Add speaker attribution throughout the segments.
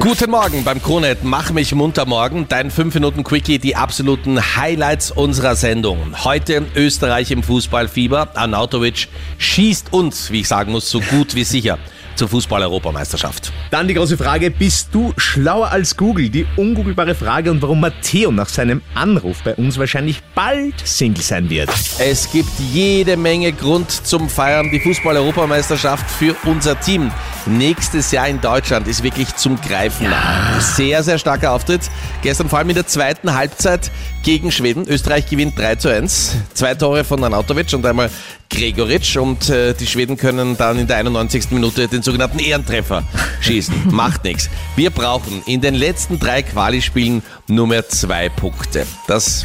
Speaker 1: Guten Morgen beim Kronet. Mach mich munter morgen. Dein 5-Minuten-Quickie, die absoluten Highlights unserer Sendung. Heute Österreich im Fußballfieber. Arnautovic schießt uns, wie ich sagen muss, so gut wie sicher zur Fußball-Europameisterschaft.
Speaker 2: Dann die große Frage, bist du schlauer als Google? Die ungooglebare Frage und warum Matteo nach seinem Anruf bei uns wahrscheinlich bald Single sein wird.
Speaker 1: Es gibt jede Menge Grund zum Feiern. Die Fußball-Europameisterschaft für unser Team nächstes Jahr in Deutschland ist wirklich zum Greifen nah. Sehr, sehr starker Auftritt. Gestern vor allem in der zweiten Halbzeit gegen Schweden. Österreich gewinnt 3 zu 1. Zwei Tore von Arnautovic und einmal Gregoritsch. Und äh, die Schweden können dann in der 91. Minute den sogenannten Ehrentreffer schießen. Macht nichts. Wir brauchen in den letzten drei Quali-Spielen nur mehr zwei Punkte. Das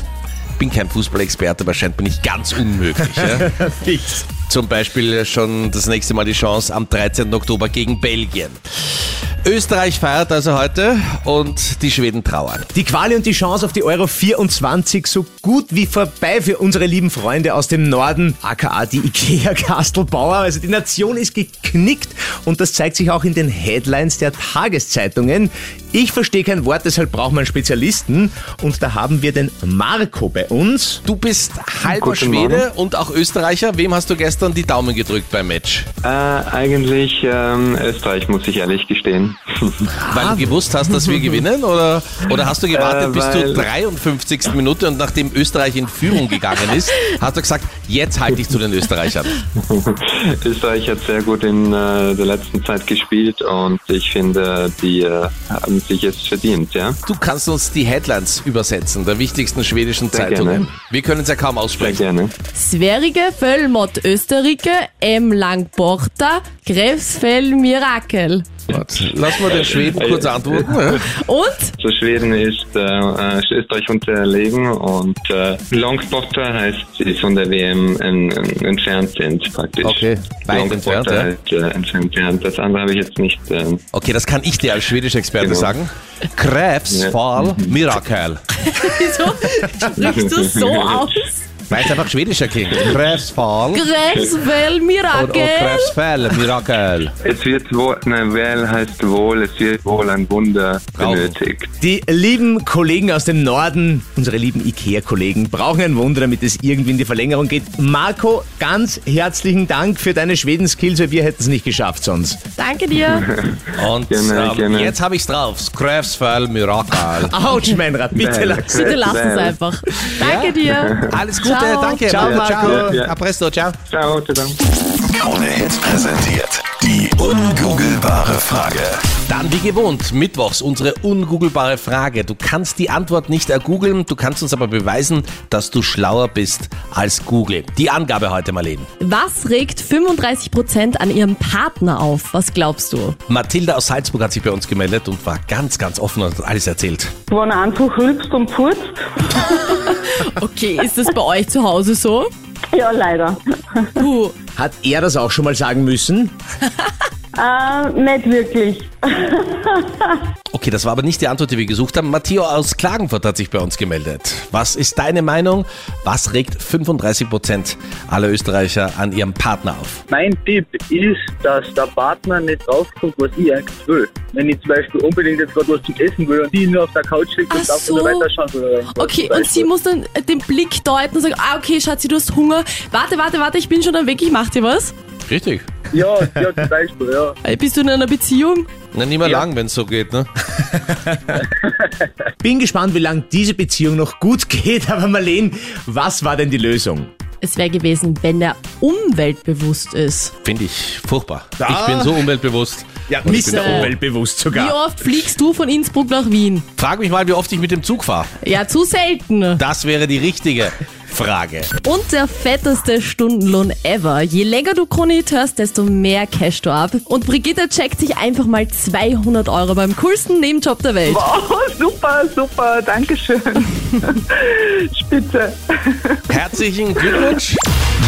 Speaker 1: bin kein Fußballexperte, aber scheint mir nicht ganz unmöglich. Ja?
Speaker 2: Fix.
Speaker 1: Zum Beispiel schon das nächste Mal die Chance am 13. Oktober gegen Belgien. Österreich feiert also heute und die Schweden trauern.
Speaker 2: Die Quali und die Chance auf die Euro 24 so gut wie vorbei für unsere lieben Freunde aus dem Norden, aka die Ikea Kastelbauer. Also die Nation ist geknickt und das zeigt sich auch in den Headlines der Tageszeitungen. Ich verstehe kein Wort, deshalb braucht man Spezialisten und da haben wir den Marco bei uns.
Speaker 1: Du bist halber
Speaker 3: Guten
Speaker 1: Schwede
Speaker 3: Morgen.
Speaker 1: und auch Österreicher. Wem hast du gestern die Daumen gedrückt beim Match?
Speaker 3: Äh, eigentlich ähm, Österreich, muss ich ehrlich gestehen.
Speaker 1: Weil du gewusst hast, dass wir gewinnen? Oder, oder hast du gewartet
Speaker 3: Ah. Äh,
Speaker 1: bis zur
Speaker 3: weil-
Speaker 1: 53. Minute und nachdem Österreich in Führung gegangen ist, hast du gesagt, jetzt halte ich zu den Österreichern.
Speaker 3: Österreich hat sehr gut in äh, der letzten Zeit gespielt und ich finde, die äh, haben sich jetzt verdient, ja?
Speaker 1: Du kannst uns die Headlines übersetzen der wichtigsten schwedischen
Speaker 3: Sehr
Speaker 1: Zeitungen.
Speaker 3: gerne.
Speaker 1: Wir können es ja kaum
Speaker 3: Sehr
Speaker 1: aussprechen.
Speaker 3: gerne.
Speaker 4: Sverige, Völmott, Österrike, M. Langporta, Krebsfell, Mirakel.
Speaker 1: Warte, Lass mal den Schweden kurz antworten. ja?
Speaker 4: Und?
Speaker 3: Also Schweden ist äh, äh, Österreich unterlegen und äh, Longsporter heißt, sie von der WM en, en, entfernt sind praktisch.
Speaker 1: Okay, weit entfernt, ja.
Speaker 3: Longsporter heißt, äh, entfernt, ja. Das andere habe ich jetzt nicht. ähm,
Speaker 1: Okay, das kann ich dir als schwedischer Experte
Speaker 3: Genau. Mhm.
Speaker 1: sagen. Krebsfall Mirakel.
Speaker 4: Wieso sprichst du so aus?
Speaker 1: Weil es einfach schwedischer klingt. Krebsfall
Speaker 4: Krebsfell,
Speaker 1: und, und
Speaker 4: Mirakel.
Speaker 1: Krebsfell Mirakel.
Speaker 3: es wird wohl, nein, well heißt wohl, es wird wohl ein Wunder
Speaker 1: Bravo.
Speaker 3: benötigt.
Speaker 2: Die lieben Kollegen aus dem Norden, unsere lieben IKEA-Kollegen, brauchen ein Wunder, damit es irgendwie in die Verlängerung geht. Marco, ganz herzlichen Dank für deine Schweden-Skills, weil wir hätten es nicht geschafft sonst.
Speaker 4: Danke dir.
Speaker 1: Und
Speaker 3: Gerne,
Speaker 1: ähm,
Speaker 3: gerne.
Speaker 1: jetzt habe ich es drauf. Krebsfall Mirakel.
Speaker 2: Autsch, Meinrad, bitte
Speaker 3: Bäh.
Speaker 2: lass.
Speaker 4: Bitte lass uns einfach. Danke dir.
Speaker 1: Alles Gute,
Speaker 4: Ciao.
Speaker 1: danke.
Speaker 2: Ciao,
Speaker 1: Ja,
Speaker 2: Marco.
Speaker 1: Ciao.
Speaker 3: Ja, ja.
Speaker 1: A presto, ciao.
Speaker 3: Ciao, zusammen.
Speaker 5: Krone Hits präsentiert die ungoogelbare Frage.
Speaker 1: Dann wie gewohnt, mittwochs unsere ungoogelbare Frage. Du kannst die Antwort nicht ergoogeln, du kannst uns aber beweisen, dass du schlauer bist als Google. Die Angabe heute, Marlene.
Speaker 4: Was regt 35% an ihrem Partner auf? Was glaubst du?
Speaker 1: Mathilda aus Salzburg hat sich bei uns gemeldet und war ganz, ganz offen und hat alles erzählt.
Speaker 6: Wenn er einfach rülpst und purzt,
Speaker 4: Okay, ist das bei euch zu Hause so?
Speaker 6: ja leider.
Speaker 4: Puh.
Speaker 2: Hat er das auch schon mal sagen müssen?
Speaker 6: Äh, nicht wirklich.
Speaker 1: Okay, das war aber nicht die Antwort, die wir gesucht haben. Matteo aus Klagenfurt hat sich bei uns gemeldet. Was ist deine Meinung? Was regt 35% aller Österreicher an ihrem Partner auf?
Speaker 7: Mein Tipp ist, dass der Partner nicht draufkommt, was ich eigentlich will. Wenn ich zum Beispiel unbedingt jetzt gerade was zum Essen will und die nur auf der Couch liegt
Speaker 4: Ach
Speaker 7: und darf
Speaker 4: so.
Speaker 7: nur weiterschauen oder irgendwas.
Speaker 4: Okay,
Speaker 7: zum Beispiel.
Speaker 4: und sie muss dann den Blick deuten und sagen, ah, okay, Schatzi, du hast Hunger. Warte, warte, warte, ich bin schon am Weg, ich mach dir was.
Speaker 1: Richtig.
Speaker 7: Ja, ja, zum Beispiel, ja.
Speaker 4: Äh, Bist du in einer Beziehung?
Speaker 1: Na, nicht mehr lang, wenn es so geht, ne?
Speaker 2: Bin gespannt, wie lange diese Beziehung noch gut geht. Aber Marlene, was war denn die Lösung?
Speaker 4: Es wäre gewesen, wenn er umweltbewusst ist.
Speaker 1: Finde ich furchtbar.
Speaker 2: Ah.
Speaker 1: Ich bin so umweltbewusst.
Speaker 2: Ja,
Speaker 1: Und ich bin
Speaker 2: Mr.
Speaker 1: froh.
Speaker 2: Umweltbewusst
Speaker 4: Wie
Speaker 2: sogar.
Speaker 4: oft fliegst du von Innsbruck nach Wien?
Speaker 1: Frag mich mal, wie oft ich mit dem Zug fahre.
Speaker 4: Ja, zu selten.
Speaker 1: Das wäre die richtige Frage.
Speaker 4: Und der fetteste Stundenlohn ever. Je länger du Kronit hörst, desto mehr cash du ab. Und Brigitte checkt sich einfach mal 200 Euro beim coolsten Nebenjob der Welt.
Speaker 8: Oh, super, super, Dankeschön. Spitze.
Speaker 1: Herzlichen Glückwunsch.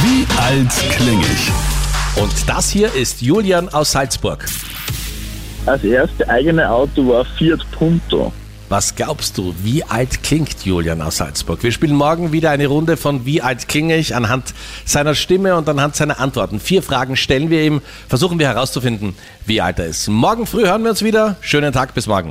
Speaker 5: Wie alt klinge ich?
Speaker 1: Und das hier ist Julian aus Salzburg.
Speaker 7: Das Also, erste eigene Auto war Fiat Punto.
Speaker 1: Was glaubst du, wie alt klingt Julian aus Salzburg? Wir spielen morgen wieder eine Runde von Wie alt klinge ich anhand seiner Stimme und anhand seiner Antworten. Vier Fragen stellen wir ihm, versuchen wir herauszufinden, wie alt er ist. Morgen früh hören wir uns wieder. Schönen Tag, bis morgen.